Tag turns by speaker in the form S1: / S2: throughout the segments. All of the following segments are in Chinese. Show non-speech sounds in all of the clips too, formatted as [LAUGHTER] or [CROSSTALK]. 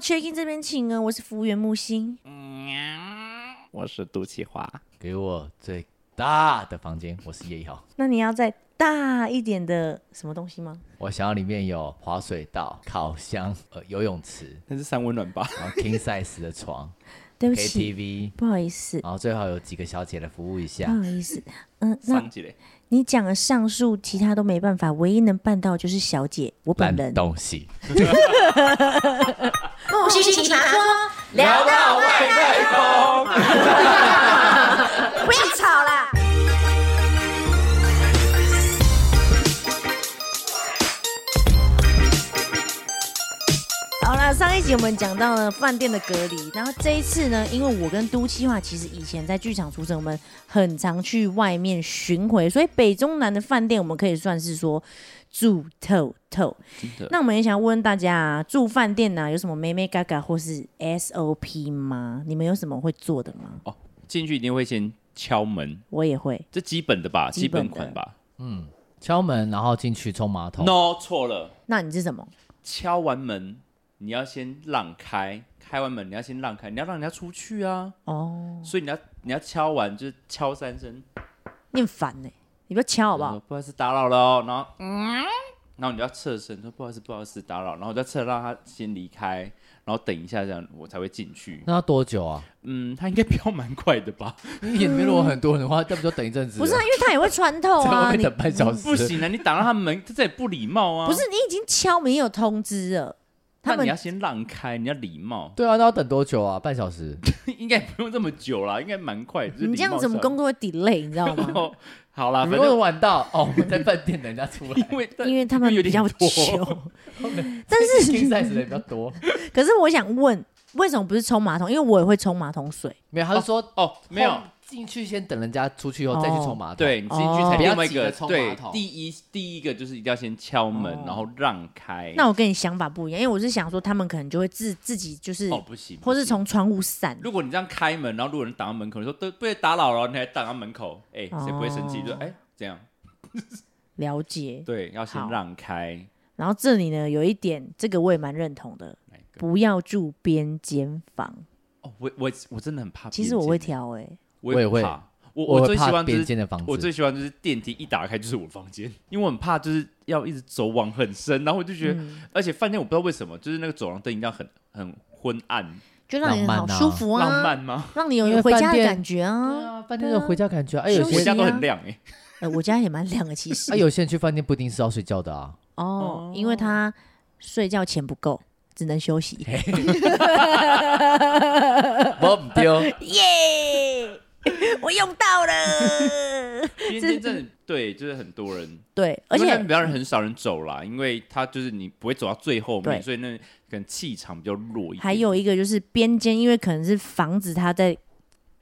S1: check in 这边请啊，我是服务员木星。
S2: 我是杜启华，
S3: 给我最大的房间，我是叶一豪。
S1: 那你要再大一点的什么东西吗？
S3: 我想要里面有滑水道、烤箱、呃游泳池，
S2: 那是三温暖吧？
S3: 然后 king size 的床
S1: 对不起，
S3: ，KTV，
S1: 不好意思，
S3: 然后最好有几个小姐来服务一
S1: 不
S3: 下。
S1: 好意思。嗯， [LAUGHS] 那
S2: 上级嘞，
S1: 你讲了上述，其他都没办法，唯一能办到就是小姐，我本
S3: 烂
S1: 人。
S3: 东西，
S4: 木须奇葩说，
S3: 聊到外太空。
S4: 不要吵啦！
S1: 好啦，上一集我们讲到了饭店的隔离，然后这一次呢，因为我跟都七话其实以前在剧场出身，我们很常去外面巡回，所以北中南的饭店我们可以算是说住透透。
S2: 真的
S1: 那我们也想问大家、啊，住饭店呢、有什么妹妹嘎嘎或是 SOP 吗？你们有什么会做的吗？
S2: 哦，进去一定会先敲门，
S1: 我也会，
S2: 这基本的吧，
S1: 基
S2: 基
S1: 本
S2: 本
S1: 的
S2: 款吧。
S3: 敲门，然后进去冲马桶。
S2: No，错了，
S1: 那你是什么？
S2: 敲完门你要先让开，开完门你要先让开，你要让人家出去啊，
S1: 哦，
S2: 所以你要你要敲完就是敲三声，
S1: 你很烦呢、欸你不要敲好不
S2: 然后
S1: 好？
S2: 说不好啊意思打扰了哦，然后嗯，然后你就要侧身说不好意思不好意思打扰，然后我就要侧让他先离开，然后等一下这样我才会进去。
S3: 那要多久啊？
S2: 嗯，他应该飙蛮快的吧？
S3: 你演里面如果很多人的话，那不就等一阵子？
S1: 不是、啊，因为他也会穿透
S3: [LAUGHS] 在
S1: 啊，
S3: 外
S1: 你
S3: 面等半小时。
S2: 不行啊，你挡到他门，这这也不礼貌啊。
S1: 不是，你已经敲没有通知了，他
S2: 那
S1: 们
S2: 你要先让开，你要礼貌， [LAUGHS]
S3: 对啊，那要等多久啊？半小时。
S2: 应该不用这么久啦，应该蛮快。就是
S1: 你这样
S2: 礼貌
S1: 子，我们
S2: 上
S1: 工作会 delay，你知道
S2: [LAUGHS]
S1: 吗？
S2: 哦，好啦，反
S3: 你们为什么
S2: 正
S3: 晚到？哦，我们在饭店等人家出
S1: [LAUGHS]
S3: 来。
S2: 因为
S1: 因为他们
S2: 有
S1: 比
S2: 点
S1: 较
S2: 多
S1: 久。
S3: [LAUGHS] king size 的人比较多。
S1: 可是我想问，为什么不是冲马桶？因为我也会冲马桶水。
S3: 没有，他是说
S2: 哦，没有哦
S3: 后，进去先等人家出去以后再去冲马桶。，
S2: 对你进去才
S1: 哦
S2: 另外
S3: 不要急
S2: 一
S3: 着
S2: 个
S3: 冲马
S2: 对
S3: 桶，
S2: 第一第一个就是一定要先敲门，然后让开。
S1: 哦那我跟你想法不一样，因为我是想说，他们可能就会自自己就是，
S2: 哦不行，
S1: 或是
S2: 不行
S1: 从窗户散。
S2: 如果你这样开门，然后路人挡到门口，你说对被打扰了，你还挡到门口，哎，谁不会生气？
S1: 哦
S2: 就哎这样，
S1: 了解。
S2: 对，要先
S1: 好
S2: 让开。
S1: 然后这里呢，有一点，这个我也蛮认同的，
S2: 哪一个？
S1: 不要住边间房。
S2: 哦，我我我真的很怕边间。
S1: 其实我会挑哎、
S2: 我
S3: 我
S2: 也
S3: 也会
S2: 怕。我
S3: 我
S2: 我
S3: 会
S2: 最喜
S3: 怕
S2: 欢就
S3: 边
S2: 是
S3: 间的房
S2: 我最
S3: 子。
S2: 喜欢就是电梯一打开就是我房间，因为我很怕就是要一直走往很深，然后我就觉得，
S1: 嗯
S2: 而且饭店我不知道为什么，就是那个走廊灯一定要很很昏暗，
S1: 就让你
S3: 浪漫
S1: 好
S3: 啊
S1: 舒服啊，
S2: 浪漫吗？
S1: 让你
S3: 因
S1: 有
S3: 为
S1: 回家
S3: 饭
S1: 的
S3: 店
S1: 感觉
S3: 对
S1: 啊。
S3: 啊，饭店的回家感觉，哎，有
S1: 休
S2: 我
S1: 息
S3: 些
S2: 家都
S1: 啊
S2: 很亮哎、
S1: [LAUGHS] 呃，我家也蛮亮的，其实
S3: 啊，。有些人去饭店不一定是要睡觉的啊。
S1: 哦，因为他睡觉钱不够，只能休息。
S3: 我不 [LAUGHS] 丢，
S1: 耶！ [LAUGHS] 我用到了。
S2: 欸，边间真的对，就是很多人，
S1: [LAUGHS] 对，而
S2: 因为那边
S1: 且
S2: 比较很少人走啦，因为它就是你不会走到最后
S1: 对
S2: 面，所以那可能气场比较弱一点。
S1: 还有一个就是边间，因为可能是房子它在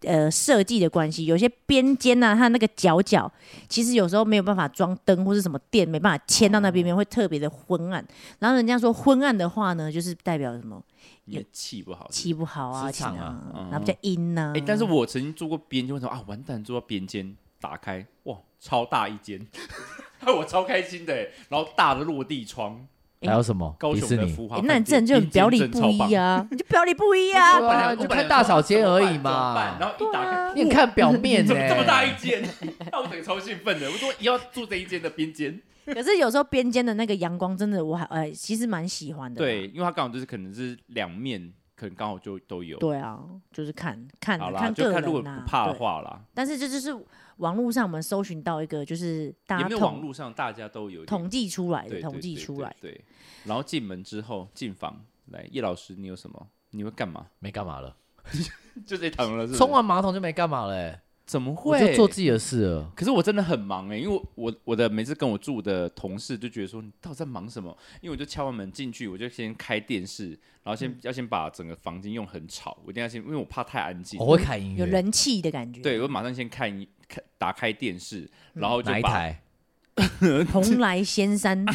S1: 呃设计的关系，有些边间呢、它那个角角其实有时候没有办法装灯或是什么电，没办法牵到那边边，会特别的昏暗。然后人家说昏暗的话呢，就是代表什么
S2: 你的气不好。
S1: 气不好啊，
S3: 磁场
S1: 气
S3: 啊
S1: 然后比较阴呐、
S2: 哎、但是我曾经住过边间，为什么啊？完蛋，住到边间，打开哇，超大一间， [LAUGHS] 我超开心的欸，然后大的落地窗，
S3: 还有什么？
S2: 高
S3: 迪
S2: 雄
S3: 士
S2: 的哎
S3: 尼。
S2: 孵化
S1: 哎
S2: 饭店、
S1: 那你这人就很
S2: 边间
S1: 表里
S2: 真
S1: 不
S2: 超
S1: 一
S2: 棒。
S1: 啊， [LAUGHS] 你就表里不一啊。
S3: 对啊，你就看大小街而已嘛
S2: 然。后一打开，
S3: 你看
S2: [LAUGHS]
S3: 表面欸呢
S2: 怎么，
S1: 啊
S2: 这么大一间？那我整个超兴奋的，我说哎要住这一间的边间。
S1: 可是有时候边间的那个阳光真的我还呃其实蛮喜欢的啦。
S2: 对，因为它刚好就是可能是两面，可能刚好就都有。
S1: 对啊，就是看看
S2: 好啦，
S1: 个
S2: 就
S1: 人、啊、
S2: 看如果不怕的
S1: 对
S2: 话啦，
S1: 但是这就是网络上我们搜寻到一个，就是大
S2: 也
S1: 家
S2: 没有网
S1: 统
S2: 络上大家都有点
S1: 统计出来的，
S2: 对对
S1: 统计出来。
S2: 对，对对然后进门之后进房来，叶老师你有什么？你会干嘛？
S3: 没干嘛了，
S2: 就这躺了是不是
S3: 冲完马桶就没干嘛了欸，
S2: 怎么
S3: 我
S2: 会？
S3: 就做自己的事了。
S2: 可是我真的很忙哎、因为我我我的每次跟我住的同事就觉得说你到底在忙什么？因为我就敲完门进去，我就先开电视，然后先、
S3: 嗯
S2: 要先把整个房间用很吵，我一定要先，因为我怕太安静。
S3: 哦我会看音
S1: 有
S3: 乐，
S1: 人气的感觉，
S2: 对，，我马上先看一看，打开电视，然后就
S3: 嗯哪一
S2: 把、
S3: 台？
S1: 蓬莱仙
S3: [LAUGHS]
S1: 山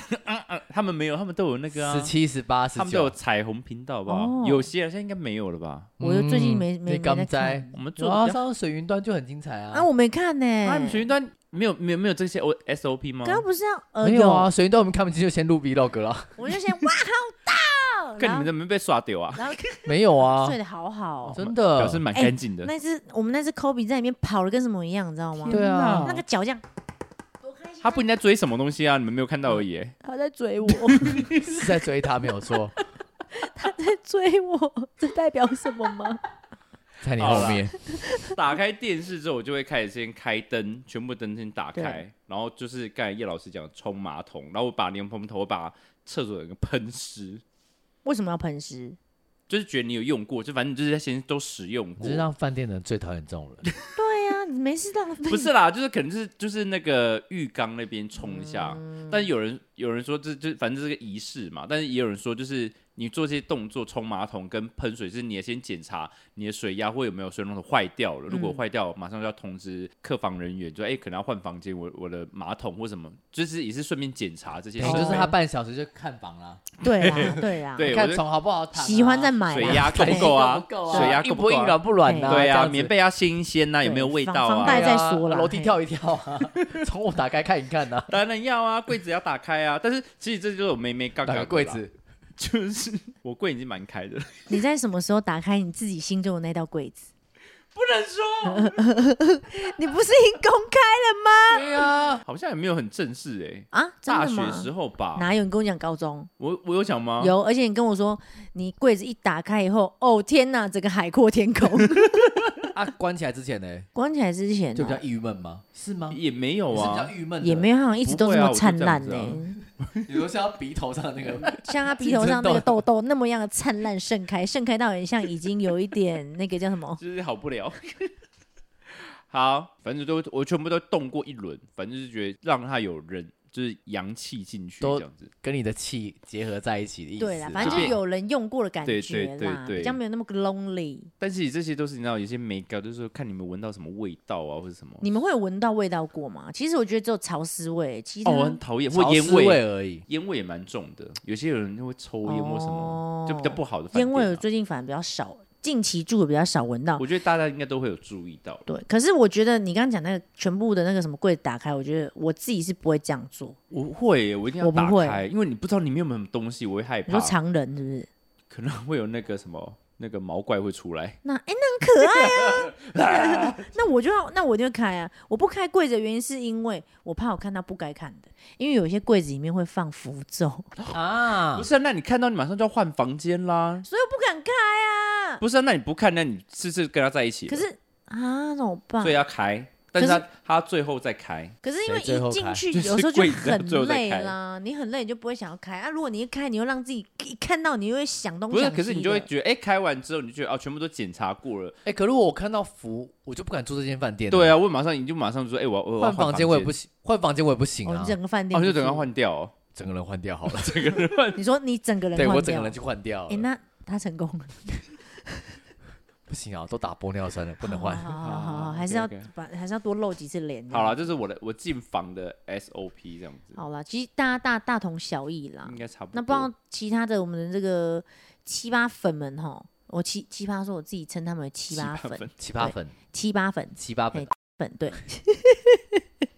S2: 他们没有，他们都有那个啊
S3: 十，七、哦十八、十
S2: 他们都有
S3: 九。
S2: 彩虹频道吧？
S1: 哦
S2: 有些啊现在应该没有了吧？
S1: 我就最近没
S3: 嗯
S1: 没没
S3: 你
S1: 在
S3: 刚在
S1: 看
S2: 我们住
S3: 有啊，
S2: 比较
S3: 上水云端就很精彩啊。
S1: 啊，我没看呢、
S2: 啊，你们学云端没有没有没有这些 O S O P 吗
S1: 刚？刚不是要呃
S3: 啊没有啊，水云端我们看不进去就先录 vlog 了。
S1: 有我就先哇好大后
S2: 看你
S1: 然
S2: 们
S1: 后
S2: 怎么被刷掉啊？哦
S1: 然后
S3: 没有啊
S1: [LAUGHS] 睡，得好好。哦
S3: 真的哎
S2: 表示蛮干净的。
S1: 那只我们那只 Kobe 在里面跑的跟什么一样，你知道吗？
S3: 对啊
S1: 那个脚这样，多开心啊！
S2: 他不应该追什么东西啊，你们没有看到而已。
S1: 他在追我，
S3: 是在追他没有错，
S1: 他在追我， [LAUGHS] 这代表什么吗？
S3: 在你后面，
S2: 打开电视之后，我就会开始先开灯，全部灯先打开
S1: 对，
S2: 然后就是刚才叶老师讲的冲马桶，然后我把莲蓬头，我把厕所整个喷湿，
S1: 为什么要喷湿？
S2: 就是觉得你有用过，就反正你就是先都使用
S3: 你
S2: 过
S3: 是。让饭店的人最讨厌这种人，
S1: 对呀、你没事浪费。
S2: [LAUGHS] 不是啦，就是可能是就是那个浴缸那边冲一下，
S3: 嗯
S2: 但是有人有人说这这反正这是个仪式嘛，但是也有人说就是你做这些动作冲马桶跟喷水，是你也先检查你的水压或有没有水龙头坏掉了，如果
S1: 嗯
S2: 坏掉，马上就要通知客房人员，就哎、可能要换房间，我我的马桶或什么，就是也是顺便检查这些
S3: [LAUGHS] 也
S2: 事
S1: 哦对
S2: 情，
S3: 哎就是他半小时就看房啦，
S1: 对啦，对啊啦，
S2: [LAUGHS] 对
S3: 看
S2: 我就
S3: 床好不好躺啊，
S1: 喜欢
S3: [LAUGHS]
S1: 再买啦。
S2: 水压够
S3: 看
S2: 不
S3: 你
S2: 够
S3: [LAUGHS]
S2: 啊
S3: 够不够啊，
S2: 水压够
S3: 硬
S2: 不
S3: 不
S2: 够
S3: 硬
S2: 啊
S3: 软不软呐，
S2: 对
S3: 这样
S2: 啊，
S3: 子
S2: 棉被要新鲜呐、有没有
S1: 对
S2: 味
S1: 防
S2: 道啊？
S1: 防待
S3: 对啊
S1: 再说啦
S3: 楼梯
S1: 嘿
S3: 跳一
S1: [LAUGHS]
S3: 跳啊，从我打开看一看呐，
S2: 当然要啊，柜子要打开啊，但是其实这就是我妹妹刚
S3: 打
S2: 刚
S3: 开柜子。
S2: 就是 [LAUGHS] 我柜已经蛮开的， [LAUGHS]
S1: 你在什么时候打开你自己心中的那道柜子？
S2: 不能说，
S1: [LAUGHS] 你不是已经公开了
S3: 啊对呀，
S2: 好像也没有很正式哎、欸。
S1: 吗？啊，真
S2: 大
S1: 的
S2: 学
S1: 吗？
S2: 时候啊吧，
S1: 哪有？你跟我讲高中、
S2: 我我有讲吗？
S1: 有，而且你跟我说你柜子一打开以后，哦天哪，整个海阔天
S2: [LAUGHS]
S1: 空。
S3: 啊，关起来之前呢，
S1: 关起来之前、
S3: 就比较
S1: 啊、
S3: 郁闷吗？是吗？
S2: 也没有
S3: 你是比较
S2: 啊，
S3: 郁闷的，
S1: 也没有，好像一直都这么灿烂呢、
S2: 不会啊我啊就
S3: 你说像鼻头上的
S1: [LAUGHS]
S3: 那个，
S1: 像他鼻头上那个痘痘那么样的灿烂盛开，盛开到很像已经有一点那个叫什么？
S2: 就是好不了。 [LAUGHS] 好，反正都我全部都动过一轮，反正就是觉得让它有人就是阳气进去
S3: 都
S2: 这样子。
S3: 跟你的气结合在一起的意思。
S1: 对啦，反正
S2: 就
S1: 就是
S2: 变
S1: 有人用过的感
S2: 对
S1: 觉
S2: 对
S1: 啦，
S2: 对对
S1: 比较没有那么 lonely。
S2: 但是这些都是你知道，有些没搞，就是说看你们闻到什么味道啊，或者什么。
S1: 你们会有闻到味道过吗？其实我觉得只有潮湿味，其实
S2: 哦，我很讨厌，或
S3: 潮
S2: 烟
S3: 湿味而已。
S2: 烟味也蛮重的。有些人就会抽烟或什么，
S1: 哦
S2: 就比较不好的饭
S1: 烟味
S2: 店
S1: 我
S2: 啊
S1: 最近反而比较少，近期住的比较少闻到。
S2: 我觉得大家应该都会有注意到。
S1: 对，可是我觉得你刚刚讲那个全部的那个什么柜子打开，我觉得我自己是不会这样做。
S2: 我会耶，我一定要
S1: 我不
S2: 打
S1: 会
S2: 开，因为你不知道里面有没有东西，我会害
S1: 你说
S2: 怕，
S1: 常人是不是？
S2: 可能会有那个什么那个毛怪会出来。
S1: 那哎、那很可爱
S2: [LAUGHS]
S1: 啊， [LAUGHS] 那我就要，那我就开啊。我不开柜子的原因是因为我怕我看到不该看的，因为有些柜子里面会放符咒，
S3: 啊
S2: 不，是、啊，那你看到你马上就要换房间啦。
S1: 所以我不敢开啊。
S2: 不是、啊，那你不看，那你是不是跟他在一起了？
S1: 可是啊，怎么办
S2: 所以？要开，但是
S1: 可
S2: 他
S1: 是
S2: 他最后再开，
S1: 可是因为
S3: 谁最后
S1: 一进
S3: 开
S1: 去，
S2: 就是
S1: 有时候
S2: 柜子
S1: 很
S2: 最后再
S1: 累
S2: 开
S1: 啦，你很累，你就不会想要开啊。如果你一开，你又让自己一看到，你又会想东
S2: 不
S1: 西。
S2: 是？可是你就会觉得，哎、开完之后你就觉得，哦，全部都检查过了。
S3: 哎，可如果我看到符，我就不敢住这间饭店。
S2: 对
S3: 啊，
S2: 啊，我马上你就马上说，哎、我要我要
S3: 换
S2: 房
S3: 房间我也不行，换房间我也不行
S1: 哦，
S3: 啊
S1: 你，整个饭店
S2: 哦，
S1: 不，
S2: 就是整个换掉、哦。
S3: 整个人换掉
S1: [LAUGHS]
S3: 好了。
S1: 你说你整个人
S3: 对
S1: 换
S3: 我整
S1: 掉
S3: 个人就换掉
S1: 哎、
S3: 了。
S1: 那他成功
S2: [LAUGHS]
S1: 了，
S3: 不行啊，都打玻尿酸了，不能换。
S1: 好好好好
S2: 好
S1: 好，还是要
S2: OK，OK
S1: 把还是要多露几次脸。
S2: 好了，，这是我的我进房的 SOP 这样子，
S1: 嗯好了，其实大家大大同小异啦
S2: 应。该嗯差不多。
S1: 那不知道其他的我们的这个七八粉们哈，我七七八说我自己称他们为七八
S2: 七八
S1: 粉
S2: 粉，
S3: [LAUGHS] 七八粉，
S1: 七八粉
S3: 七八粉
S1: 哎，粉对。 [LAUGHS]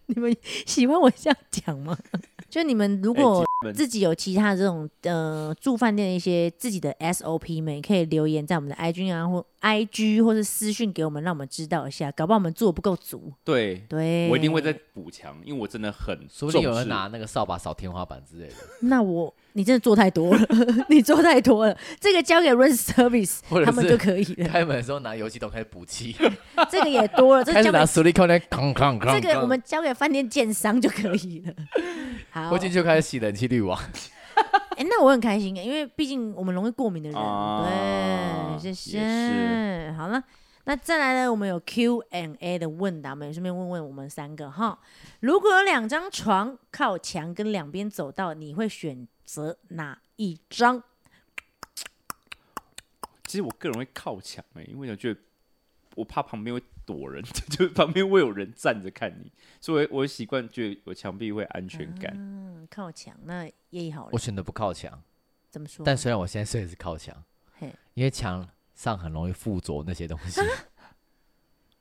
S1: 你们喜欢我这样讲吗？ [LAUGHS] 就你们如
S2: 如
S1: 果自己有其他这种呃住饭店的一些自己的 SOP 们，可以留言在我们的 IG 啊或 IG 或是私讯给我们，让我们知道一下，搞不好我们做得不够足。
S2: 对
S1: 对，
S2: 我一定会再。补强，因为我真的很重
S3: 说不
S2: 视。
S3: 定有人拿那个扫把扫天花板之类的，
S1: 那我你真的做太多了， [LAUGHS] 你做太多了，这个交给 Run Service
S3: 或者
S1: 他们
S3: 是
S1: 就可以了，
S3: 开门的时候拿油漆桶开始补漆，
S1: 这个也多了， [LAUGHS] 这
S3: 开始
S1: 交给
S3: 拿 silicone 来哐哐
S1: 这
S3: 哐。
S1: 个我们交给饭店建商就可以了。好，
S3: 我进去就开始洗冷气滤网，
S1: [LAUGHS] 哎、那我很开心耶，因为毕竟我们容易过敏的人，
S2: 啊
S1: 对，谢
S2: 也
S1: 谢
S2: 是。
S1: 好了，那再来呢，我们有 Q&A 的问答，我们也顺便问问我们三个哈。如果有两张床靠墙跟两边走道，你会选择哪一张？
S2: 其实我个人会靠墙哎、因为我觉得我怕旁边会躲人， [LAUGHS] 就是旁边会有人站着看你，所以我我习惯觉得有墙壁会安全感。
S1: 嗯，靠墙，那也好
S3: 我
S1: 了。
S3: 选择不靠墙。
S1: 怎么说？
S3: 但虽然我现在睡的是靠墙
S1: 哦嘿，
S3: 因为墙上很容易附着那些东
S1: [LAUGHS]
S3: 西，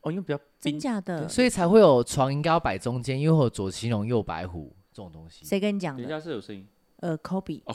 S2: 哦，因为比较
S1: 真
S2: 冰，
S1: 假的？
S3: 所以才会有床应该要摆中间，因为会有左青龙右白虎这种东西。
S1: 谁跟你讲
S2: 等一
S1: 的？
S2: 下是有声音
S1: 呃，Kobe，
S2: 哦，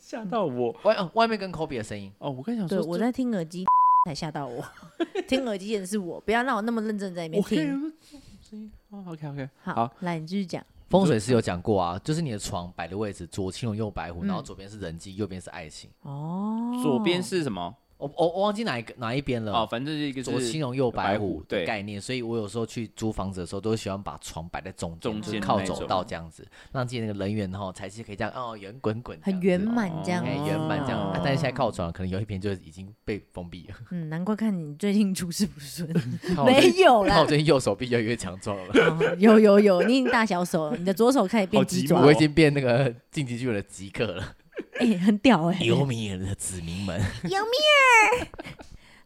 S2: 吓到我
S3: 外哦外面跟 Kobe 的声音，
S2: 哦！我跟你讲
S1: 对
S2: 说，
S1: 我
S2: 这
S1: 在听耳机才吓到我， [LAUGHS] 听耳机的是我，不要让我那么认真在里面
S2: 我可以
S1: 听。
S2: 声音哦，OK OK，
S1: 好
S2: 好，
S1: 来你继续讲。
S3: 风水师有讲过啊，就是你的床摆的位置，左青龙右白虎，然后
S1: 嗯
S3: 左边是人机，右边是爱情。
S1: 哦，
S2: 左边是什么？
S3: 我我我忘记哪一个哪一边了。
S2: 哦，反正就是一个
S3: 左
S2: 是
S3: 青龙右白
S2: 白
S3: 虎
S2: 虎
S3: 的
S2: 对
S3: 概念，所以我有时候去租房子的时候，都会喜欢把床摆在中
S2: 中
S3: 间，就是
S2: 间
S3: 靠
S2: 那
S3: 走
S2: 种
S3: 道这样子，让自己那个人缘哈财气可以这样哦圆滚滚这样子，
S1: 很圆满这样，
S3: 哎圆满这样。啊
S1: 哦
S3: 但是现在靠床，可能有一边就已经被封闭
S1: [LAUGHS]
S3: 了。
S1: 嗯，难怪看你最近出事不
S3: [LAUGHS]
S1: 顺，
S3: 靠
S1: 没有
S3: 看
S1: 啦
S3: 我。最近右手臂越来越强壮了，
S1: 哦有有有，你已经大小手了，你的左手开始变
S2: 好寂
S1: 鸡
S2: 寞
S1: 爪
S2: 哇
S3: 我
S1: 了
S3: 已，经变那个晋级巨人的极客了，
S1: 哎、很屌 [LAUGHS]
S3: [LAUGHS]
S1: 哎、
S3: 尤米尔的子民们。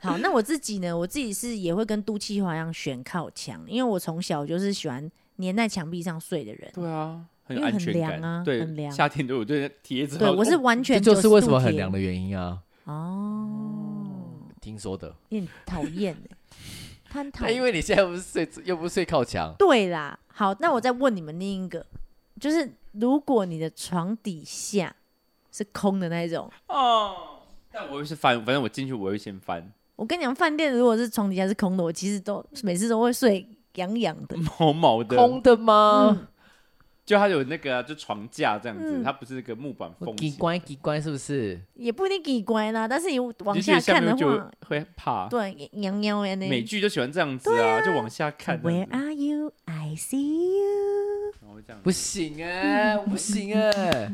S1: 好，那我自己呢？我自己是也会跟杜气华一样选靠墙，因为我从小就是喜欢粘在墙壁上睡的人。
S2: 对啊，很
S1: 因
S2: 有
S1: 为
S2: 安
S1: 很
S2: 全
S1: 凉
S2: 感
S1: 啊
S2: 对，
S1: 很凉
S2: 夏天都有对贴着。
S1: 对，
S2: 然后
S1: 我是
S2: 哦
S1: 完
S3: 这
S1: 全
S3: 就是为什么
S1: 90度
S3: 很
S1: 贴
S3: 凉的原因啊，
S1: 哦，
S3: 听说的。
S1: 你很讨厌欸， [LAUGHS] 他很讨
S3: 但因
S1: 厌。
S3: 为你现在不是睡，又不是睡靠墙，
S1: 对啦，好，那我再问你们另一个，就是如果你的床底下是空的那一种，
S2: 哦，但我会是翻，反正我进去我会先翻。
S1: 我跟你讲，饭店如果是床底下是空的，我其实都每次都会睡痒痒的。
S2: 毛毛的，
S3: 空的
S2: 嗯
S3: 吗？
S2: 就它有那个啊、就床架这样子，
S1: 嗯
S2: 它不是那个木板
S3: 我
S2: 封
S3: 机
S2: 起，
S3: 关机关是不是？
S1: 也不一定给你关啦，但是你往
S2: 就觉得
S1: 看的
S2: 面就
S1: 话
S2: 会，会怕。
S1: 对，痒痒的那
S2: 美剧就喜欢这样子啊，就往下看这
S1: Where
S2: 样子，
S1: are you? I see you。
S2: 然后这样。
S3: 不行哎、我不行哎、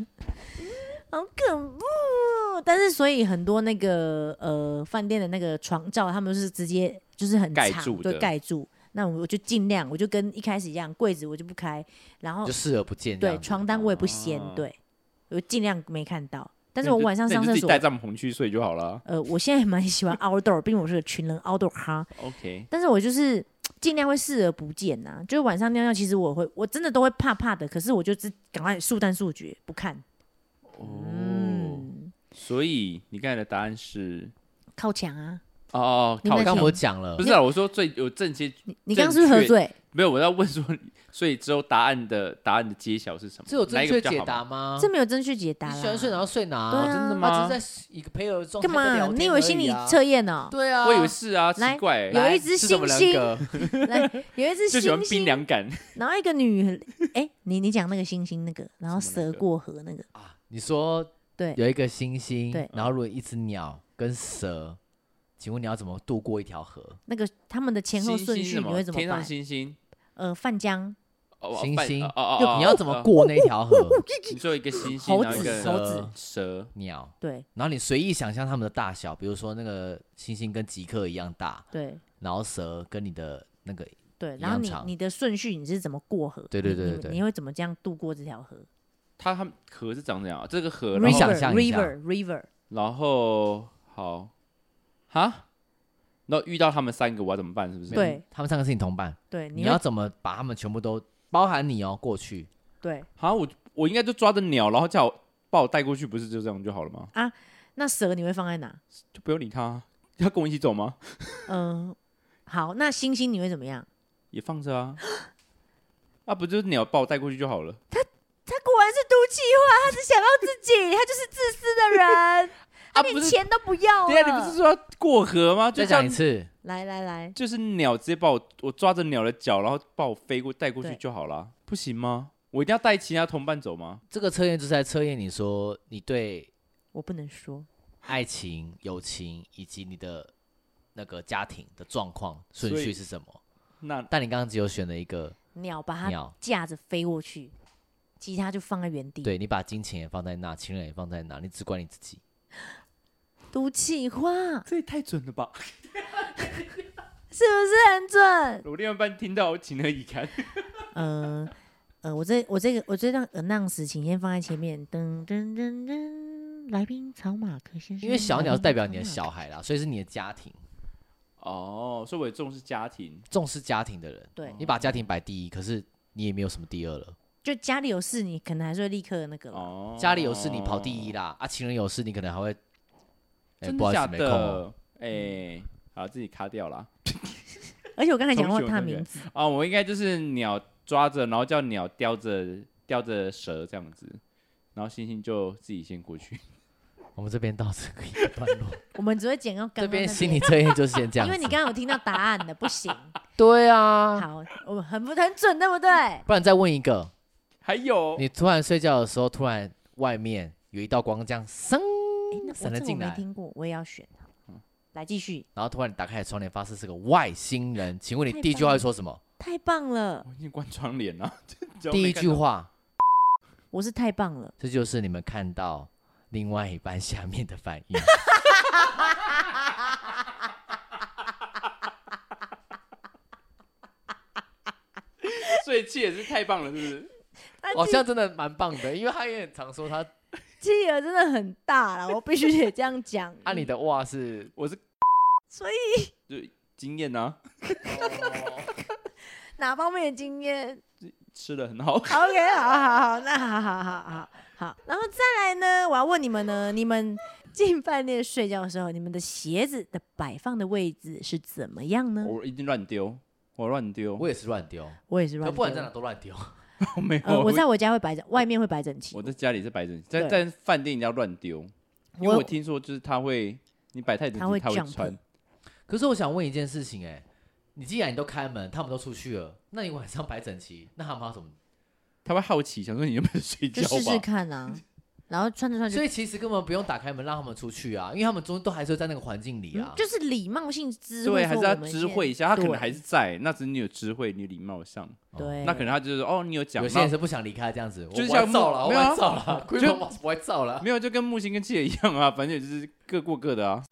S1: 好恐怖哦！但是所以很多那个呃饭店的那个床罩，他们是直接就是很
S2: 盖
S1: 长
S2: 住
S1: 对，
S2: 的
S1: 盖住。那我就尽量，我就跟一开始一样，柜子我就不开，然后
S3: 就视而不见这
S1: 对
S3: 样子。
S1: 床单我也不掀，
S2: 哦
S1: 对我尽量没看到。但是
S2: 那
S1: 我
S2: 你就
S1: 晚上
S2: 那你
S1: 上
S2: 就
S1: 厕
S2: 自己
S1: 所，
S2: 带帐篷去睡就好了。
S1: 呃，我现在蛮喜欢 outdoor，毕竟我是个群人 outdoor 哈。
S2: OK，
S1: 但是我就是嘖尽量会视而不见呐、就是晚上尿尿，其实我会我真的都会怕怕的，可是我就只赶快速战速决，不看。
S2: 哦，
S1: 嗯，
S2: 所以你刚才的答案是
S1: 靠墙啊！
S2: 哦哦，
S1: 你们
S2: 靠
S3: 我
S2: 我
S3: 刚
S2: 刚
S3: 我讲了
S2: 不，是啊，我说最有正些
S1: 你你刚刚是不是喝醉？
S2: 没有，我要问说，所以之后答案的答案的揭晓是什么？
S3: 这有
S2: 哪
S3: 正
S2: 一个
S3: 确
S2: 比较
S3: 解
S2: 好
S3: 答
S2: 吗？
S3: 吗？
S1: 这没有正确解答
S3: 你
S1: 啦。
S3: 喜欢睡哪就睡哪，
S1: 对啊
S2: 真的
S3: 他
S2: 吗
S3: 只是在一个配合状态
S1: 干
S3: 在聊
S1: 嘛？
S3: 天
S1: 你以为
S3: 而
S1: 心
S3: 已
S1: 理
S3: 啊
S1: 测验 [LAUGHS] 哦？
S3: 对啊，
S2: 我以为是啊，奇
S1: 来
S2: 怪欸，
S1: 有
S3: 来
S1: 一只
S3: 是什么
S1: 猩
S3: 人
S1: 猩
S3: 格
S1: 来，有一只
S2: 就喜欢
S1: 猩
S2: 冰
S1: 猩，
S2: 凉感。
S1: 然后一个女，哎，你你讲那个猩猩那个，然后
S2: 什么那
S1: 蛇
S2: 个
S1: 过河那个，
S3: 啊。你说
S1: 对，
S3: 有一个星星，
S1: 对
S3: 然后如果一只鸟跟蛇，请问你要怎么度过一条河？
S1: 那个他们的前后
S2: 星星
S1: 顺
S2: 是
S1: 序
S2: 什
S1: 你会怎么
S2: 天上
S1: 办？
S2: 星星，
S1: 呃，范江、
S2: 哦
S3: 星
S2: 半
S3: 星
S2: 哦哦哦，
S3: 就你要怎
S2: 哦
S3: 么？过那条河？
S2: 你做一个星星，
S1: 猴
S2: 然后一
S1: 子、
S2: 个
S1: 猴
S3: 蛇
S1: 子，
S2: 蛇，
S3: 鸟，
S1: 对
S3: 然后你随意想象它们的大小，比如说那个星星跟极客一样大，
S1: 对
S3: 然后蛇跟你的那个
S1: 对，
S3: 一
S1: 然后
S3: 样
S1: 你
S3: 长
S1: 你的顺序你是怎么过河？
S3: 对对
S1: 你
S3: 对
S1: 你
S3: 对对
S1: 你会怎么这样度过这条河
S2: 它它们河是长怎样啊？这个河，
S3: 你
S2: 然后
S3: 想象一下
S1: river river，
S2: 然后好，哈，然后遇到他们三个，我要怎么办？是不是？
S1: 对
S3: 他们三个是你同伴，
S1: 对，你
S3: 你要怎么把他们全部都包含你哦过去？
S1: 对
S2: 好，我我应该就抓着鸟，然后叫我把我带过去，不是就这样就好了吗？
S1: 那蛇你会放在哪？
S2: 就不用理它，要跟我一起走吗？
S1: 嗯，好，那星星你会怎么样？
S2: 也放着
S3: [LAUGHS]
S2: 啊，啊，不就是鸟把我带过去就好了？
S1: 他果然是毒气化，他只想要自己，他就是自私的人，
S2: 啊，
S1: 他
S2: 不
S1: 连
S2: 是，
S1: 钱都不要
S2: 对啊，你不是
S1: 了。
S2: 说要过河吗？就
S3: 再
S2: 叫
S3: 讲一次，
S1: 来来来，
S2: 就是鸟直接把我，我抓着鸟的脚，然后把我飞过带过去
S1: 对
S2: 就好啦。不行吗？我一定要带其他同伴走吗？
S3: 这个测验就是在测验你说你对
S1: 我不能说，
S3: 爱情、友情以及你的那个家庭的状况
S2: 所以
S3: 顺序是什么。
S2: 那
S3: 但你刚刚只有选了一个
S1: 鸟把它
S2: 啊
S3: 鸟，
S1: 架着飞过去，其他就放在原地。，
S3: 对你把金钱也放在那，情人也放在那，你只管你自己。
S1: 毒气化
S2: 这也太准了吧！
S1: 是不是很准？
S3: [LAUGHS]
S2: 我另外一半听到，我情何以堪？
S1: 呃呃，我这我这个我这段 announce 请先放在前面，噔噔噔噔，来宾草马克
S2: 嗯
S1: 先生，
S3: 因为小鸟
S1: 来
S3: 是
S1: 宾
S3: 代表你
S1: 草
S3: 的
S1: 马克
S3: 小孩啦，所以是你的家庭，
S2: 哦，所以我也重视家
S3: [LAUGHS]
S2: 庭。
S3: 重视家庭的人，
S1: 对，
S3: 你把家庭摆第一，可是你也没有什么第二了。
S1: 就家里有事，你可能还是会立刻那个了。
S2: 哦，
S3: 家里有事你跑第一，啦，啊，情人有事你可能还会，哎，
S2: 真的
S3: 不好意
S2: 假
S3: 思没空哦。
S2: 的？
S3: 嗯
S2: 哎，好，自己卡掉了
S1: 而且我刚才讲
S2: 同
S1: 过
S2: 学
S1: 他
S2: 同学
S1: 名字，
S2: 啊！我应该就是鸟抓着，然后叫鸟叼着叼着蛇这样子，然后星星就自己先过去。 [LAUGHS]
S3: 我们这边到这个一个段落，
S1: 我们只会剪到刚
S3: 这
S1: 刚那
S3: 边心理测验就是先这样
S1: 因
S3: 子。
S1: 为你刚刚有听到答案的，不行。
S3: 对啊，
S1: 好，我们很不很准，对不对？
S3: 不然再问一个，
S2: 还有
S3: 你突然睡觉的时候，突然外面有一道光这样升
S1: 哎那
S3: 闪
S1: 我
S3: 了
S1: 这我
S3: 进
S1: 没
S3: 来，嗯
S1: 听过，我也要选。好来继续，
S3: 然后突然你打开窗帘，发现是个外星人。请问你
S1: 太
S3: 第一句
S1: 棒
S3: 话
S1: 了
S3: 会说什么？
S1: 太棒了，
S2: 我已经关窗帘了。 [LAUGHS] 只要
S3: 第
S2: 没
S3: 一
S2: 看
S3: 句
S2: 到
S3: 话，
S1: 我是太棒了。
S3: 这就是你们看到另外一半下面的反
S1: [LAUGHS]
S3: 应。
S2: 最气也是太棒了，是不是？
S1: 啊
S3: 好像哦真的蛮棒的，因为他也很常说他
S1: 气额真的很大了，我必须得这样
S3: [LAUGHS]。
S1: 讲
S3: 按、啊你的哇是，
S2: 我是
S1: 所以
S2: 经验啊，
S1: 哪方面的经验
S2: 吃的很好。
S1: ？OK，好好好，那好好好好好。然后再来呢，我要问你们呢，你们进饭店睡觉的时候，你们的鞋子的摆放的位置是怎么样呢？
S2: 我一定乱丢，我乱丢，
S3: 我也是乱丢，
S1: 我也是
S3: 可
S1: 乱
S3: 哦不管
S1: 丢
S3: 在。 [LAUGHS] 哪都乱丢。
S2: 我 [LAUGHS] 没有。
S1: 呃，我在我家会摆整，外面会摆整齐
S2: 我。在家里是摆整齐，在
S1: 对
S2: 在饭店一定要乱丢，因为
S1: 我
S2: 我听说就是他会，你摆太整
S1: 他会
S2: 齐他会
S1: jump
S2: 穿。
S3: 可是我想问一件事情、哎，你既然你都开门，他们都出去了，那你晚上摆整齐，那他们要怎么？
S2: 他会好奇，想说你有没有睡觉
S1: 就试试
S2: 吧？
S1: 看啊，然后穿着穿着
S3: 所。以其实根本不用打开门让他们出去啊，因为他们终都还是会在那个环境里
S1: 嗯
S3: 啊。
S1: 就是礼貌性知会，
S2: 对，还是要知会一下，他可能
S1: 对
S2: 还是在，那只是你有知会，你有礼貌上，
S3: 哦
S1: 对，
S2: 那可能他就是哦，你有讲，
S3: 有些人是不想离开这样子，
S2: 就是
S3: 我
S2: 像
S3: 我造了，我
S2: 没有啊
S3: 要造了，规
S2: 就
S3: 模我要造了
S2: 那。没有，就跟木星跟七姐一样啊，反正也就是各过各的啊。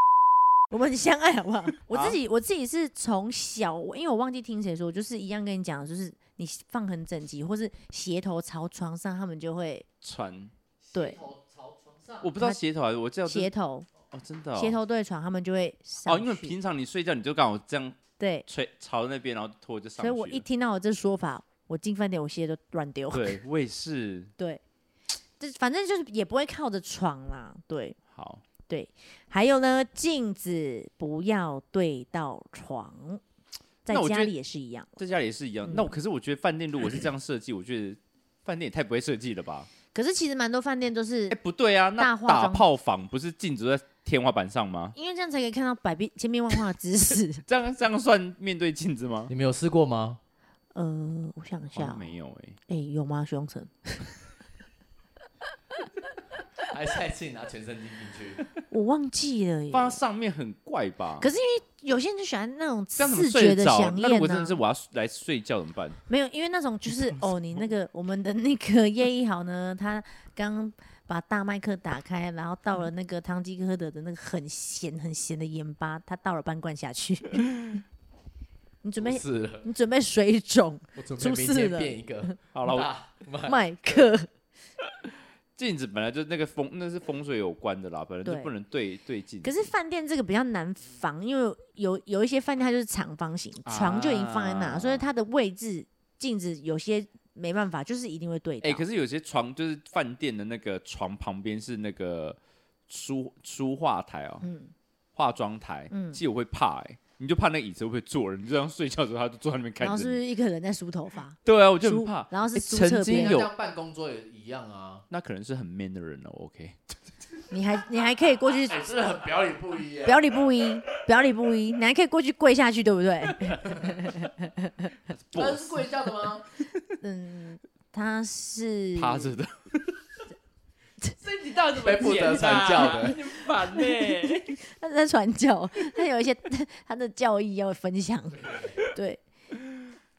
S1: 我们很相爱好不
S2: [LAUGHS]
S1: 好？我自己我自己是从小，我因为我忘记听谁说，就是一样跟你讲，就是你放很整齐，或是鞋头朝床上，他们就会
S2: 穿，
S1: 对
S2: 我不知道鞋头还是我叫
S1: 鞋头
S2: 哦，真的哦
S1: 鞋头对床，他们就会上
S2: 哦，因为
S1: 去
S2: 平常你睡觉你就刚好这样
S1: 对，
S2: 吹朝那边，然后拖就上
S1: 所以
S2: 去了。
S1: 我一听到我这说法，我进饭店我鞋都乱丢。
S2: 对，我也是。
S1: [LAUGHS] 对，这反正就是也不会靠着床啦。对，
S2: 好，
S1: 还有呢，镜子不要对到床，在
S2: 那我觉
S1: 家
S2: 得
S1: 里也是一样。
S2: 在家里也是一样。那我可是我觉得饭店如果是这样设计，我觉得饭店也太不会设计了吧？
S1: 可是其实蛮多饭店都是
S2: 哎，不对啊，那
S1: 大化妆
S2: 打炮房不是镜子在天花板上吗？
S1: 因为这样才可以看到百变千变万化的姿势。
S2: 这样这样算面对镜子吗？
S3: 你们有试过吗？
S1: [LAUGHS] 呃，我想一
S2: 好
S1: 下
S2: 像
S1: 哦，
S2: 没有哎，
S1: 哎、有吗？徐永成，
S3: 还下一次你拿全身镜进去，
S1: 我忘记了耶。
S2: 放在上面很怪
S1: 啊
S2: 吧？
S1: 可是有些人就喜欢那种
S2: 这样怎么
S1: 视觉
S2: 睡
S1: 的
S2: 得着
S1: 响啊
S2: 那如
S1: 艳
S2: 果真
S1: 呐、
S2: 的是我要来睡觉怎么办？
S1: 没有，因为那种就是哦，你那个我们的那个叶一豪呢，他刚把大麦克打开，然后倒了那个汤吉诃德的那个很咸很咸的盐巴，他倒了半罐下去。 [LAUGHS] 你准备
S3: 是了，
S1: 你准备水肿，
S3: [LAUGHS] 我准备
S1: 出
S3: 明
S1: 事
S3: 天
S1: 了
S3: 变一个。
S1: [LAUGHS]
S2: 好了，我
S3: 大
S1: 麦克。
S2: 镜子本来就那个风，那是风水有关的啦，本来就
S1: 对
S2: 不能对对镜。
S1: 可是饭店这个比较难防，因为有有一些饭店它就是长方形，床就已经放在那，
S2: 啊
S1: 所以它的位置镜子有些没办法，就是一定会对到。
S2: 哎、可是有些床就是饭店的那个床旁边是那个书书画台哦，
S1: 嗯
S2: 化妆台，
S1: 嗯
S2: 其实我会怕哎、你就怕那椅子会不会坐人，你就这样睡觉的时候他就坐在那边看
S1: 然后
S2: 着
S1: 是不
S2: 你。
S1: 是一个人在梳头发？
S2: 对啊，我就很
S1: 梳
S2: 怕。
S1: 然后是
S2: 欸
S1: 梳侧
S2: 曾经
S1: 边啊
S2: 有，
S3: 像办公桌也一样啊，
S2: 那可能是很 man 的人哦。OK，
S1: 你还你还可以过去
S3: 哎、真的很表里不一耶。
S1: 表里不一，表里不一，你还可以过去跪下去，对不
S2: [LAUGHS]
S1: 对？
S2: 不
S3: 是跪下的吗？
S1: 嗯，他是
S2: 趴着的， [LAUGHS]
S3: 这你到底怎
S2: 被不得传教的，
S3: 烦呢、
S1: 他在传教，他有一些他的教义要分享。对，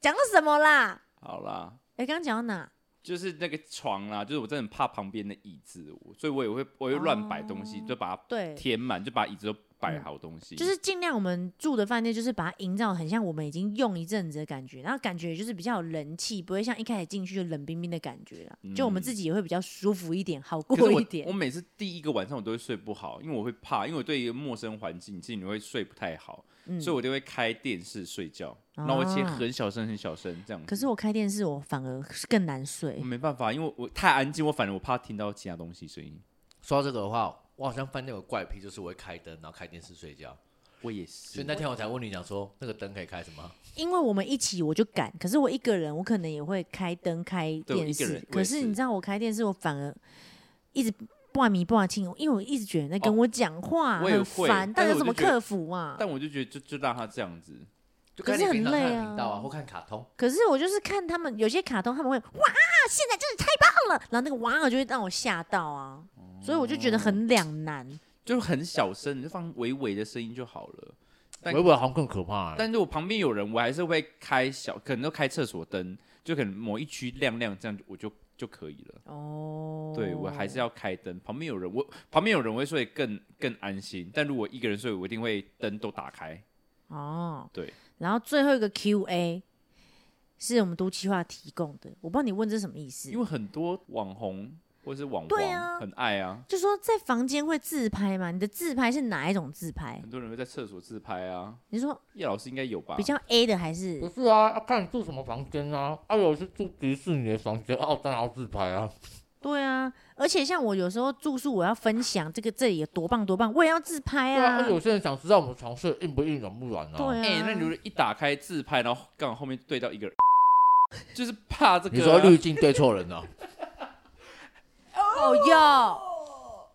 S1: 讲什么啦？
S2: 好啦。
S1: 哎，刚刚讲到哪？
S2: 就是那个床啦，就是我真的很怕旁边的椅子，我所以我也会我会乱摆东西，
S1: 哦
S2: 就把它
S1: 对，
S2: 填满，就把椅子都摆好东西。
S1: 就是尽量我们住的饭店，就是把它营造很像我们已经用一阵子的感觉，然后感觉就是比较有人气，不会像一开始进去就冷冰冰的感觉啦。就我们
S2: 嗯
S1: 自己也会比较舒服一点，好
S2: 可是
S1: 过
S2: 我
S1: 一点
S2: 我。每次第一个晚上我都会睡不好，因为我会怕，因为我对一个陌生环境，其实你会睡不太好，
S1: 嗯啊
S2: 所以我就会开电视睡觉，然后我切很小声很小声这样子。
S1: 可是我开电视，我反而更难睡
S2: 我。没办法，因为我我太安静，我反而我怕听到其他东西声音。
S3: 说到这个的话，我好像犯那个怪癖，就是我会开灯，然后开电视睡觉。
S2: 我也
S3: 所
S2: 是，
S3: 以那天我才问你讲说，那个灯可以开什么？
S1: 因为我们一起我就敢，可是我一个人我可能也会开灯开
S2: 对我一
S1: 电视
S2: 个人我也，
S1: 可是
S2: 是
S1: 你知道我开电视我反而一直半迷半清，因为我一直觉得在跟我讲话、
S2: 哦我也
S1: 很
S2: 会
S1: 烦，大
S2: 但是
S1: 家
S2: 我
S1: 怎么
S2: 就觉得
S1: 克服啊？
S2: 但我就觉得就就让他这样子，
S3: 就
S1: 可
S3: 看
S1: 是
S3: 你平常
S1: 很
S3: 看
S1: 累
S3: 的
S1: 啊
S3: 频道啊，或看卡通。
S1: 可是我就是看他们有些卡通，他们会哇，现在真是太棒了，然后那个哇哦就会让我吓到啊，所以我就觉得很两难。
S2: 就很小声，你就放微微的声音就好了。但
S5: 维维好像更可
S3: 嗯
S5: 怕、欸。
S2: 但是我旁边有人，我还是会开小，可能都开厕所灯，就可能某一区亮亮，这样我就就可以了。
S1: 哦，
S2: 对我还是要开灯，旁边有人，我旁边有人我会睡更更安心。但如果一个人睡，我一定会灯都打开。
S1: 哦，
S2: 对。
S1: 然后最后一个 Q&A 是我们都企划提供的，我不知道你问这什么意思
S2: 因，为很多网红或是网
S1: 对
S2: 红、
S1: 啊
S2: 很爱啊，
S1: 就说在房间会自拍吗？你的自拍是哪一种自拍？
S2: 很多人会在厕所自拍啊。
S1: 你说
S2: 叶老师应该有吧？
S1: 比较 A 的还是
S5: 不是啊，啊看你住什么房间啊。啊，有是住迪士尼的房间，啊，当然要自拍啊。
S1: 对啊，而且像我有时候住宿，我要分享这个这里有多棒多棒，我也要自拍
S5: 对啊，
S1: 啊。
S5: 啊有些人想知道我们床睡硬不硬、软不软啊。
S1: 对啊，
S2: 哎、那你如果一打开自拍，然后刚好后面对到一
S1: [LAUGHS]
S2: 个人，就是怕这个、啊。
S5: 你说滤镜对错人了、
S1: 哦哟，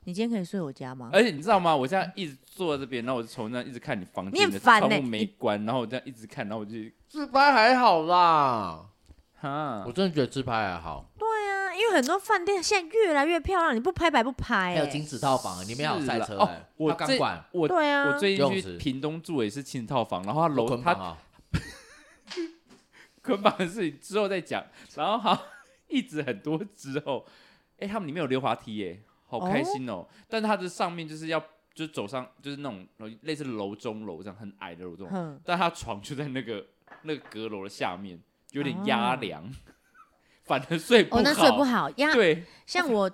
S1: 你今天可以睡我家吗？
S2: 而且你知道吗？我现在一直坐在这边，然后我就从那一直看你房
S1: 你
S2: 间
S1: 很
S2: 的
S1: 烦
S2: 窗
S1: 欸
S2: 户没关，然后我这样一直看，然后我就
S5: 自拍还好啦，
S2: 哈
S1: 欸
S5: 我，真的觉得自拍还好。
S1: 对啊，因为很多饭店现在越来越漂亮，你不拍白不拍、
S3: 还
S1: 欸。
S3: 有金子套房，里面还有赛车、
S2: 是啦
S3: 欸
S2: 哦，我
S3: 还有钢
S2: 这
S3: 管，
S2: 我
S1: 对啊
S2: 我最近
S3: 游泳
S2: 去
S3: 池
S2: 屏东住也是青套房，然后他楼
S3: 捆
S2: 他
S3: 绑啊，
S2: 捆绑的事情之后再讲，然后好一直很多之后，哎、他们里面有溜滑梯耶，好开心哦、但它的上面就是要就走上就是那种类似楼中楼这样很矮的楼中，
S1: 哼，
S2: 但他床就在那个 [LAUGHS] 那个阁楼的下面，有点压凉， [LAUGHS] 反而睡不好。
S1: 啊哦，那睡不好压。
S2: 对，
S1: 像我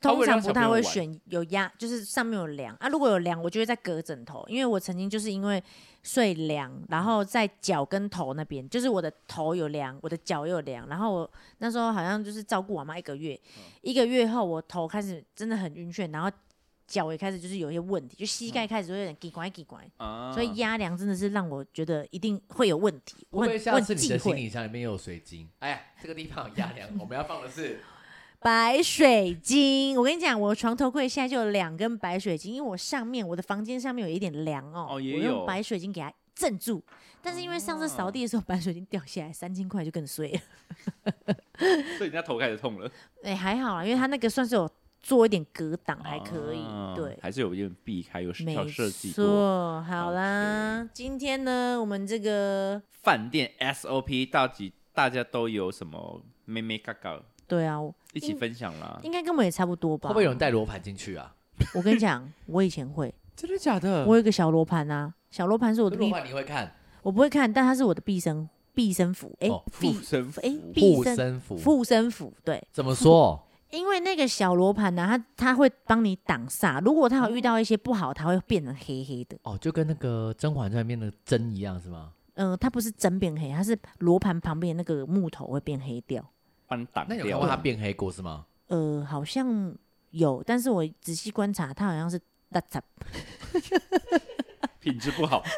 S2: 他
S1: 通
S2: 为了
S1: 常
S2: 让
S1: 不
S2: 小
S1: 太
S2: 朋友
S1: 会
S2: 玩
S1: 选有压，就是上面有梁啊。如果有梁，我就会再隔枕头，因为我曾经就是因为睡梁，然后在脚跟头那边，就是我的头有梁，我的脚也有梁。然后我那时候好像就是照顾我妈一个月，
S2: 嗯
S1: 一个月后我头开始真的很晕眩，然后脚也开始就是有一些问题，就膝
S2: 嗯
S1: 盖开始会有点给拐给拐。
S2: 啊
S1: 所以压梁真的是让我觉得一定会有问题，我
S3: 嗯会不会
S1: 很
S3: 下
S1: 我
S3: 次
S1: 很
S3: 你
S1: 忌
S3: 的行
S1: 讳
S3: 李箱里面有水晶？哎呀，这个地方有压梁，我们要放的 [LAUGHS] 是
S1: 白水晶。我跟你讲，我床头柜现在就有两根白水晶，因为我上面我的房间上面有一点凉哦，
S2: 哦也
S1: 我
S2: 有
S1: 用白水晶给它镇住。但是因为上次扫地的时候白水晶掉下来，三千块就更
S3: 哦
S1: 碎了。
S2: 所以人家头开始痛了，
S1: [LAUGHS] 哎、还好啊，因为它那个算是有做一点隔挡，还可以。
S2: 啊
S1: 对。
S2: 还是有一点避开，有
S1: 没
S2: 小设计过。
S1: 错，好啦今天呢，我们这个
S2: 饭店 SOP 到底大家都有什么妹妹嘎嘎
S1: 对啊，我
S2: 一起分享啦？
S1: 应该跟我们也差不多吧。
S3: 啊会不会有人带罗盘进去啊？
S1: 我跟你讲，我以前会，
S2: 真的假
S3: 嗯
S2: 的
S1: 我有一个小罗盘啊，小罗盘是我的
S3: 罗
S1: 必
S3: 盘你会看
S1: 我不会看，但它是我的毕生毕生符，哎、
S3: 哦
S1: 毕
S2: 附身符
S1: 哎毕
S3: 护
S1: 生
S3: 身符，
S1: 附身符，对，
S3: 怎么说？
S1: 因为那个小罗盘呢，它它会帮你挡煞，如果它有遇到一些不好，它会变成黑黑的，
S3: [LAUGHS] 哦，就跟那个《甄嬛传》里面的甄一样是吗？
S1: 嗯、它不是真变黑，它是罗盘旁边那个木头会变黑掉，
S2: 帮你挡
S3: 那你有
S2: 掉
S3: 看过它变黑过是吗？
S1: 呃，好像有，但是我仔细观察，它好像是大杂
S2: 品质不好，
S1: 块，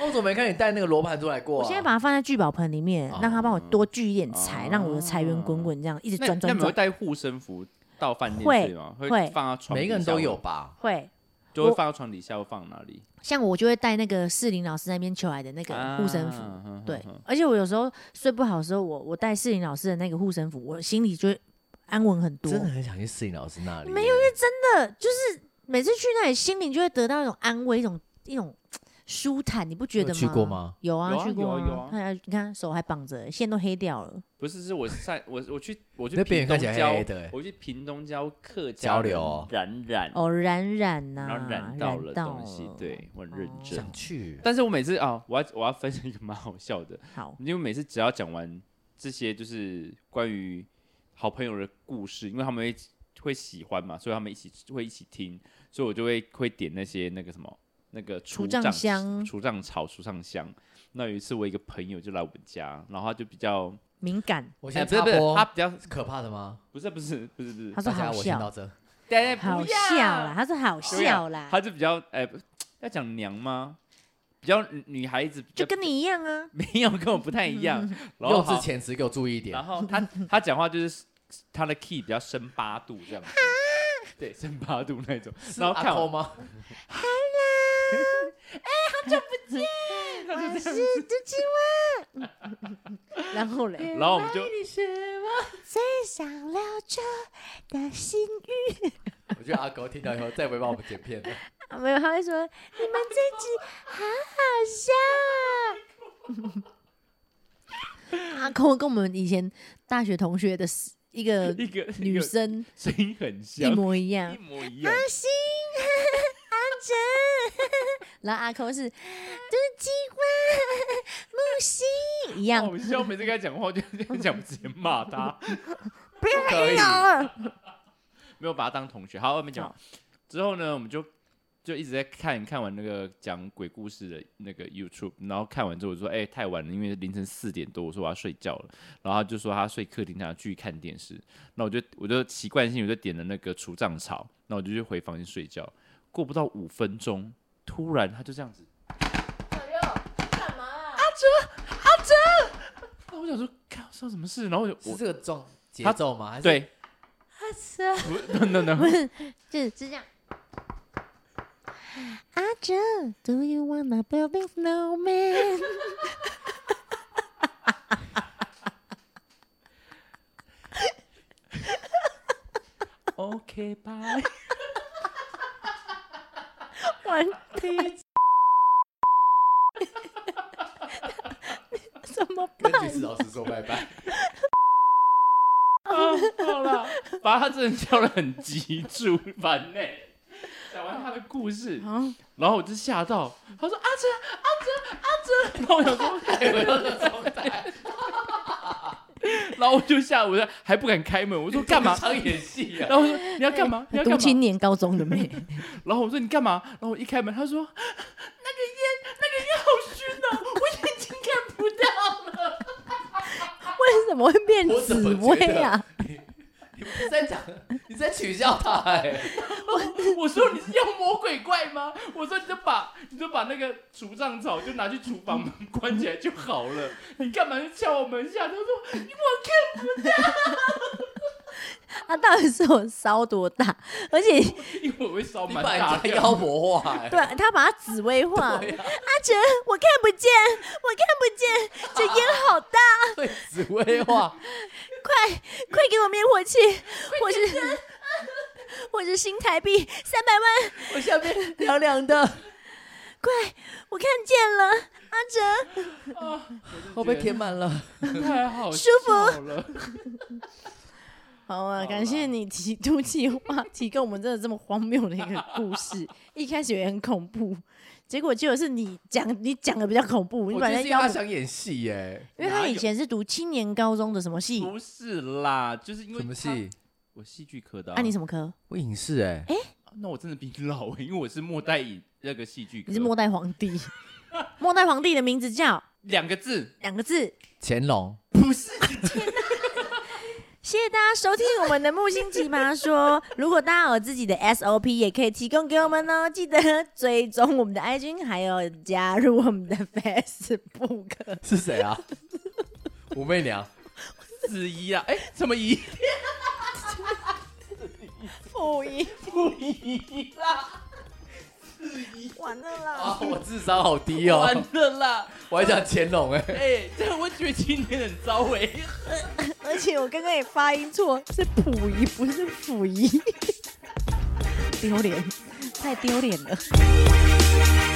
S3: 我哦怎么没看你带那个罗盘出来过啊？
S1: 哎我现在把它放在聚宝盆里面，让它帮我多聚一点财，
S2: 哦
S1: 让我的财源滚滚，这样一直
S2: [LAUGHS] 那
S1: 转
S2: 那
S1: 转
S2: 你会
S1: 转，
S2: 带护身符到饭
S1: 会
S2: 店去吗？
S1: 会
S2: 放到床，
S3: 每一个人都有，吧？
S1: 会。
S2: 就会放到床底下，会放哪里？
S1: 像我就会带那个士林老师那边求来的那个护身符，
S2: 啊哼
S1: 对
S2: 哼哼，
S1: 而且我有时候睡不好的时候，我我带世林老师的那个护身符，我心里就会安稳很多。
S3: 真的很想去摄影老师那里耶，没有
S1: 真的就是每次去那里，心灵就会得到一种安慰，一种一种嘖舒坦，你不觉得吗？
S3: 你有去过吗？
S1: 有啊，
S2: 有啊
S1: 去过
S2: 有啊有啊
S1: 看一下你看手还绑着，线都黑掉了。
S2: 不是，是我在我我去我去
S3: 那
S2: 屏
S3: 边也
S2: 东
S3: 看起来
S2: 教
S3: 黑黑的欸
S2: 我去屏东教客家
S3: 交
S2: 人
S3: 流哦
S2: 染染，
S1: 哦，冉冉呐、
S2: 然后染到了东西，对我很认真。
S3: 想去。
S2: 但是我每次啊，我要我要分享一个蛮好笑的， [LAUGHS]
S1: 好，
S2: 因为每次只要讲完这些，就是关于好朋友的故事，因为他们会会喜欢嘛，所以他们一起会一起听，所以我就会会点那些那个什么那个
S1: 除
S2: 除
S1: 障香
S2: 除障草、除障香。那有一次，我一个朋友就来我们家，然后他就比较，
S1: 敏感。
S3: 我
S2: 我
S3: 现
S2: 不
S3: 在
S2: 是
S3: 插
S2: 不是，
S3: 播
S2: 他比较
S3: 哎是可怕的吗？
S2: 不是不是不是不是
S1: 他，说
S3: 大
S1: 好
S3: 家我先到
S1: 笑，
S3: 这，
S2: 大家
S1: 好
S2: 哎不
S1: 笑啊啦，
S2: 要，
S1: 他说好笑啦，
S2: 他就比较哎、不要讲娘吗？比较女孩子比
S1: 就
S2: 较
S1: 跟嗯你一样啊。
S2: 没有跟我不太一样，然后
S3: 用
S2: 好
S3: 字遣词给我注意一点
S2: 然。后他他讲话就是它的 key 比较升八度这样子，对，升八度那种。
S3: 是
S1: 啊
S2: 然后看
S3: 阿
S2: 我
S3: 公吗？
S1: 我是朱青蛙。 [LAUGHS] 然后嘞，
S2: 然后我们就
S1: 想聊着的心
S3: 我觉得阿狗听到以后再不会帮我们剪片了。
S1: 啊没有，他会说你们这集好好笑啊。 [LAUGHS] 阿空跟我们以前大学同学的一个
S2: 一个一
S1: 呃女
S2: 个
S1: 生
S2: 声音很
S1: 一
S2: 像，
S1: 模一样
S2: 一。模一样。
S1: 阿星，阿哲，然后阿空是都是青蛙，木星一样
S2: 哦，我希望每次跟他讲话，
S1: [LAUGHS]
S2: 我就这样讲，我直接骂他，
S1: 不要
S2: 可以
S1: 闹了。
S2: 没有把他当同学。好，我们讲
S1: 好
S2: 之后呢，我们就就一直在看看完那个讲鬼故事的那个 YouTube，然后看完之后我就说，哎、太晚了，因为凌晨四点多，我说我要睡觉了。然后他就说他睡客厅，他要继续看电视。那我就我就习惯性我就点了那个除障草，那我就去回房间睡觉。过不到五分钟，突然他就这样子，
S4: 干嘛啊？
S2: 那我想说，看发生什么事？然后我就是我
S3: 这个状节
S2: 他
S3: 奏吗？还是，
S2: 对， [LAUGHS] 不等等等，
S1: 就是这样。阿哲，Do you wanna build a snowman？
S2: OK，拜。 [LAUGHS]
S1: 完蛋！ [LAUGHS] 怎么
S3: 跟
S1: 办？
S3: 巨石老师说拜拜。
S2: 啊，好了，把他真的教的很急促，烦呢、讲完他的故事，
S1: 啊，
S2: 然后我就吓到，他说阿哲阿哲阿哲，然后我想说，然后我就吓，我就还不敢开 [LAUGHS] 门，我说干 [LAUGHS] 嘛？
S3: 唱演戏啊？
S2: 然后我说你要干嘛？你要干
S1: 读哎青
S2: 嘛？
S1: 年高中的妹，
S2: 然后我说你干嘛？然后我一开门，他说 [LAUGHS] 那个烟那个烟好熏哦、我眼睛看不到。
S1: 为什么会变
S3: 我怎
S1: 紫
S3: 么觉
S1: 薇
S3: 得
S1: 啊？
S3: 你你不是在讲，你在取笑他哎。
S2: 我说你是妖魔鬼怪吗？我说你就把你就把那个除障草就拿去厨房门关起来就好了，你干嘛就敲我门一下？他说你我
S1: 他到底是我烧多大？而且
S2: 看，因为我会烧
S3: 你
S2: 哦蛮
S3: 把
S2: 大
S3: 人
S2: 的啊
S3: 家。妖魔化哎。
S1: 对他把他紫薇化，
S3: 对啊
S1: 阿哲，我看不见，我看不见，这烟好大，
S3: 对紫薇化，
S1: 快快给我灭火器，我是我是新台币三百万，
S3: 我下面凉凉的，
S1: 快，我看见了，阿哲，
S3: 我被填满了。
S2: 太好
S1: 舒服
S2: 笑了。
S1: 好啊，
S2: 啦
S1: 感谢你提出计划，提供我们真的这么荒谬的一个故 [LAUGHS] 事，一开始也很恐怖，结果结果是你讲你讲的比较恐怖，你
S3: 我
S1: 把
S3: 觉
S1: 人
S3: 得
S1: 家
S3: 是因为
S1: 妖
S3: 他
S1: 魔，
S3: 想演戏哎。
S1: 因为他
S2: 哪
S1: 以
S2: 有
S1: 前是读青年高中的什么系
S2: [LAUGHS] 不是啦，就是因为
S3: 什么
S2: 他？
S3: 戏？
S2: 我戏剧科的
S1: 啊？你什么科？
S3: 我影视哎。
S2: 么？那我真的比你老，欸因为我是末代影那个戏剧科。
S1: 你是末代皇
S3: [LAUGHS]
S1: 帝，末代皇帝的名字叫
S2: 两个字，
S1: 两个字。
S2: [LAUGHS]
S3: 乾隆。
S2: 不是
S1: 谢谢大家收听我们的木星奇葩 [LAUGHS] 说。如果大家有自己的 SOP，也可以提供给我们哦。记得追踪我们的 IG，还有加入我们的 [LAUGHS] Facebook。
S3: 是谁啊？武媚
S2: [LAUGHS]
S3: 娘，
S2: 子怡啊？哎，什么怡？
S1: 溥仪，
S2: 不怡啦，
S1: 完了啦！
S3: 啊，我智商好低哦，
S2: 完了啦！
S3: 我还想乾隆哎，
S2: 哎，这个我觉得今天很糟哎。
S1: 而且我刚刚也发音错，是溥仪，不是溥仪。丢脸，太丢脸了。